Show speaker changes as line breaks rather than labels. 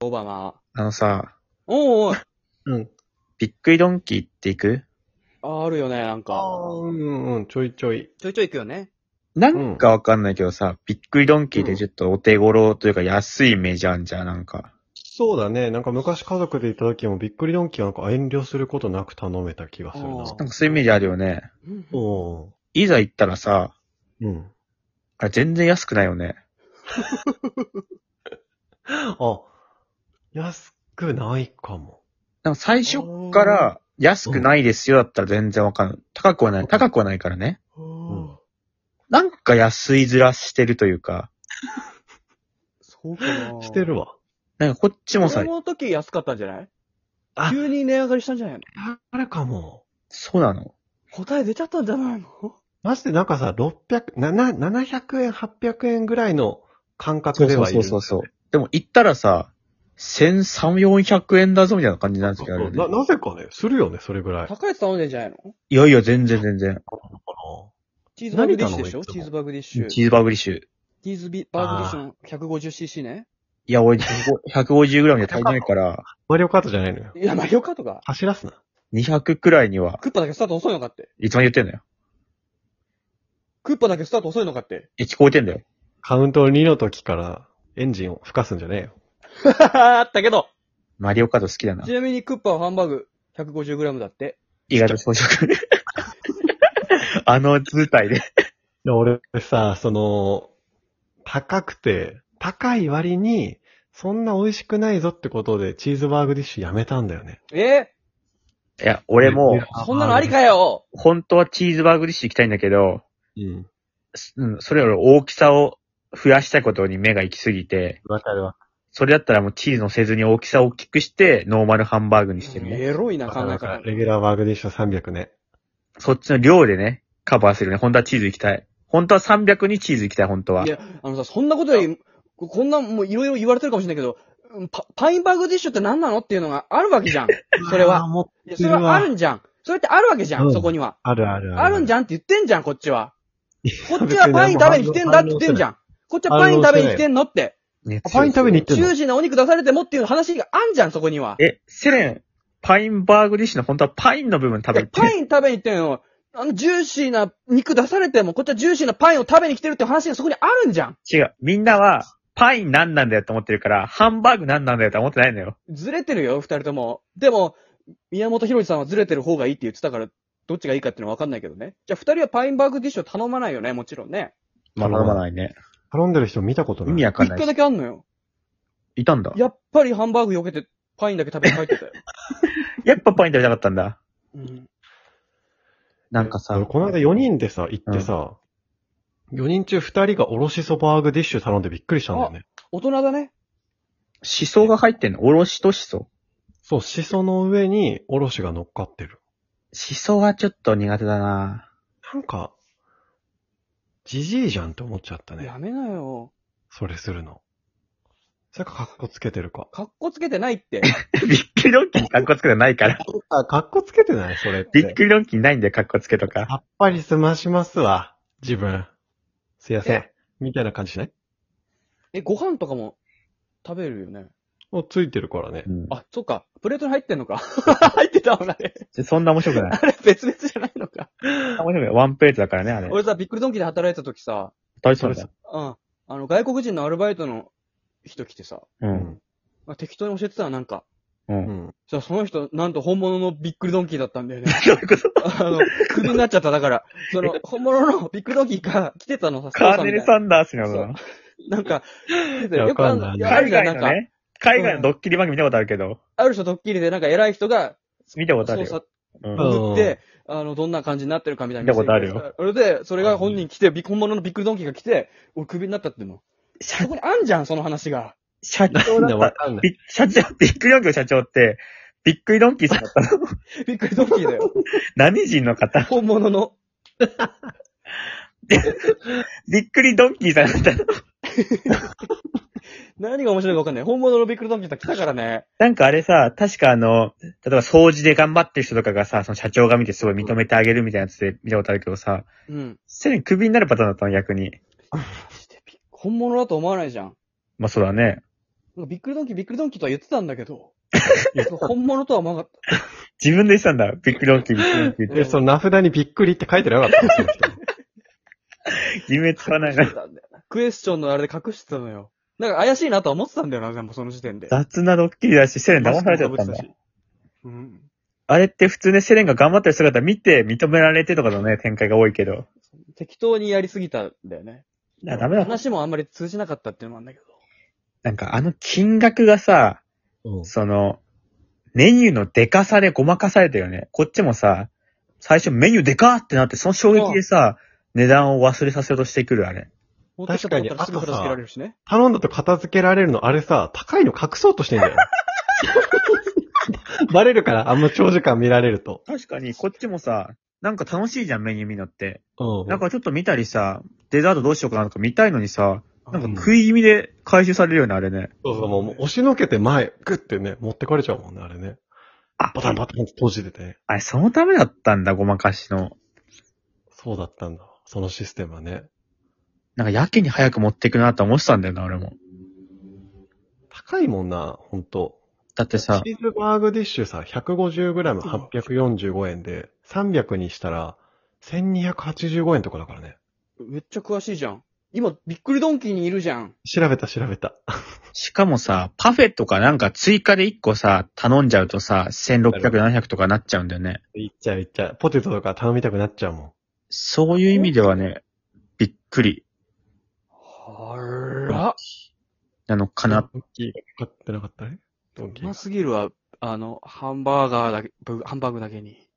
オバマ。
あのさ、
おー
うん。
びっくりドンキーって行く
おいあるよ ね、なんか。
うんうん、ちょいちょい。
ちょいちょい行くよね。
なんかわかんないけどさ、びっくりドンキーってちょっとお手頃というか安いイメージあんじゃん、なんか。
そうだね。なんか昔家族でいた時もびっくりドンキーはなんか遠慮することなく頼めた気がする
あ
な
ー。
なんかそういうイメージあるよね。
おー
いざ行ったらさ、
うん。
あれ全然安くないよね。
あ、安くないかも。
なんか最初っから安くないですよだったら全然わかんない。高くはない。高くはないからね。
うん。
なんか安いずらしてるというか、
そうかな。
してるわ。
なんかこっちも
子
さ
供、の時安かったんじゃない
あ
急に値上がりしたんじゃないの
あれかも。
そうなの
答え出ちゃったんじゃないの
マジでなんかさ、600、な、700円、800円ぐらいの感覚ではい
そ
る。
うそうそうそう。でも行ったらさ、1300、400円だぞみたいな感じになる時あるよ
な、
ね。
なぜかね、するよね、それぐら い。
高いやつ頼んでんじゃないの
いやいや、全然全然。
チーズバーグディッシュでしょ
何頼むいつも
チーズバーグディッシ
チ
ュ。
ーズバーグリッシュ。
チーズビバーグディッシュの 150cc ね。
いや、俺、150グラムじゃ足りないから、
マリオカートじゃないのよ。
いや、マリオカートか。
走らすな。
200くらいには、
クッパだけスタート遅いのかって。
いつまで言ってんだよ。
クッパだけスタート遅いのかって。
え、聞こえてんだよ。
カウント2の時からエンジンを吹かすんじゃねえよ。
あったけど。
マリオカート好きだな
ち。なみにクッパはハンバーグ 150g だって。
意外と装飾。あの図体で。
いや、俺さ、その、高くて、高い割に、そんな美味しくないぞってことで、チーズバーグディッシュやめたんだよね。
え
いや、俺も、
ー、そんなのありかよ
本当はチーズバーグリッシュ行きたいんだけど、
うん。
すうん、それより大きさを増やしたいことに目が行きすぎて、
わかるわ。
それだったらもうチーズのせずに大きさを大きくして、ノーマルハンバーグにしてるね。
エロいな
わ
考
かる
え
わか
方
る。。レギュラーバーグディッシュ300ね。
そっちの量でね、カバーするね。本当はチーズ行きたい。本当は300にチーズ行きたい、本当は。
いや、あのさ、そんなことより、ここんな、もういろいろ言われてるかもしれないけど、うんパ、パインバーグディッシュって何なの っていうのがあるわけじゃん。それは
あー。も
いや、それはあるんじゃん。それってあるわけじゃ、
うんん
そこには。
あるある
あるんじ
ゃ
ゃんって言ってんじゃん、こっちは。こっち
別
は
に
パイン食べに来てんだって言ってんじゃん。こっちはパイン食べに来てんのって。
ね
あパイン食べに行ってん
ジ
の
ューシーなお肉出されてもっていう話があんじゃん、そこには。
え、セレン、パインバーグディッシュの本当はパインの部分食
い
べ
や
る。
パイン食べに行ってんの。あの、ジューシーな肉出されても、こっちはジューシーなパインを食べに来てるって話がそこにあるんじゃん。
違う。みんなは、パイン何なんだよって思ってるから、ハンバーグ何なんだよって思ってないのよ。
ずれてるよ、二人とも。でも、宮本浩次さんはずれてる方がいいって言ってたから、どっちがいいかっていうのはわかんないけどね。じゃあ二人はパインバーグディッシュを頼まないよね、もちろんね。
まあ、
頼まない
飲まないね。
頼んでる人見たこと
意
ない。
味わかん
一
な
回
い。
だけあんのよ。
いたんだ。
やっぱりハンバーグ避けて、パインだけ食べて帰ってたよ。
やっぱパイン食べたかったんだ。
うん。
なんかさ
俺、この間4人でさ、行ってさ、4人中2人がおろしそバーグディッシュ頼んでびっくりしたんだよね。
大人だね。
シソが入ってんの。おろしとシソ。
そう、シソの上におろしが乗っかってる。
シソはちょっと苦手だな
なんか、じじいじゃんって思っちゃったね
や。めなよ。
それするの。それか、かっこつけてるか。
かっこつけてないって。
びっくりドンキーにカッコつけてない から。
あ、かっこつけてないそれっ。
びってくりドンキーにないんだよ、カッコつけとか。
やっぱり済ましますわ。自分。すいません。みたいな感じしない
え、ご飯とかも食べるよね。
もうついてるからね
う。ん、
あ、そっか。プレートに入ってん のか。入ってたもんね。
そんな面白くない。
あれ別々じゃないのか。
そんな面白くない。ワンプレートだからね、あれ。
俺さ、ビックリドンキで働いてた時さ、
大丈夫だよ。
うん。あの、外国人のアルバイトの人来てさ、
う。
うんん。
まあ、適当に教えてたらなんか、
う。
うんん。
そしたらその人、なんと本物のビックリドンキーだったんだよね。
どういうこと
あの、クビになっちゃった、だから。その、本物のビックリドンキーが来てたのさ、
カーネル・
ん。
サンダースのな。
なんか、来てた
いや
よよくある
わかんない
ある
海
じゃん、
外
なん
の
か、
ね、海外のドッキリ番組見たことあるけど、
ある人ドッキリでなんか偉い人が、
見たことある
操
よ。
作
うん
う
塗
ん
って、あの、どんな感じになってるかみたいな。
見たことあるよ。
それで、それが本人来て、ビ本物のビックリドンキーが来て、俺クビになったっていうの。
社
そこにあんじゃん、その話が。
社長
な
だ
んだ、
っ
わ
た。
かんない。
び社長、ビックリドンキーの社長って、ビックリドンキーさんだったの
ビックリドンキーだよ。
何人の方
本物の。
ビックリドンキーさんだったの
何が面白いか分かんない。本物のビックリドンキーさん来たからね。
なんかあれさ、確かあの、例えば掃除で頑張ってる人とかがさ、その社長が見てすごい認めてあげるみたいなやつで見たことあるけどさ、
うん。
すでにクビになるパターンだったの逆に。
本物だと思わないじゃん。
まあそうだね。
なんかびっくりドンキーびっくりドンキーとは言ってたんだけ ど、本物とは思わなかっ
自分で言ってたんだ。びっくりドンキー、びっくりドンキーっ
う
て
ん。
え、その名札にびっくりって書いてなかったその人
自分で使わ
た。
ないな
隠して。たんだよなクエスチョンのあれで隠してたのよ。なんか怪しいなとは思ってたんだよな、でもその時点で。
雑なドッキリだし、セレン騙されちゃったんだ
マスクも被。て
うん。
あれって普通ね、セレンが頑張ってる姿見て認められてとかのね、展開が多いけど。
適当にやりすぎたんだよね。
いやダメだ。
話もあんまり通じなかったっていうのもあるんだけど。
なんかあの金額がさ、
たし
その、メニューのデカさでごまかされたよね。こっちもさ、最初メニューデカーってなって、その衝撃でさ、値段を忘れさせようとしてくる、あれ。
持ってきたと思ったらすぐ片付けられるしね。
頼んだと片付けられるの、あれさ、高いの隠そうとしてん だよ。バレるから、あんま長時間見られると。
確かに、こっちもさ、なんか楽しいじゃん、メニュー見るのって。
うん
なんかちょっと見たりさ、デザートどうしようかなとか見たいのにさ、
あ
なんか食い気味で回収されるよね、あれね。
そうそう、もうもう押しのけて前、グッてね、持ってかれちゃうもんね、あれね。
あ、
バタンバタンって閉じててね。
あれ、そのためだったんだ、ごまかしの。
そうだったんだ。そのシステムはね。
なんかやけに早く持ってくなと思ってたんだよな、俺も。
高いもんな、ほんと。
だってさ、
チーズバーグディッシュさ、150g845 円で、300にしたら、1285円とかだからね。
めっちゃ詳しいじゃん。今、びっくりドンキーにいるじゃん。
調べた、調べた。
しかもさ、パフェとかなんか追加で1個さ、頼んじゃうとさ、1600、700とかなっちゃうんだよね。
いっちゃう、いっちゃう。ポテトとか頼みたくなっちゃうもん。
そういう意味ではね、びっくり
はら。
なのかな。
ドンキーが買ってなかったね。ドンキ
う
ー
ま
が。
すぎるわ。あの、ハンバーガーだけ、ぶハンバーグだけに。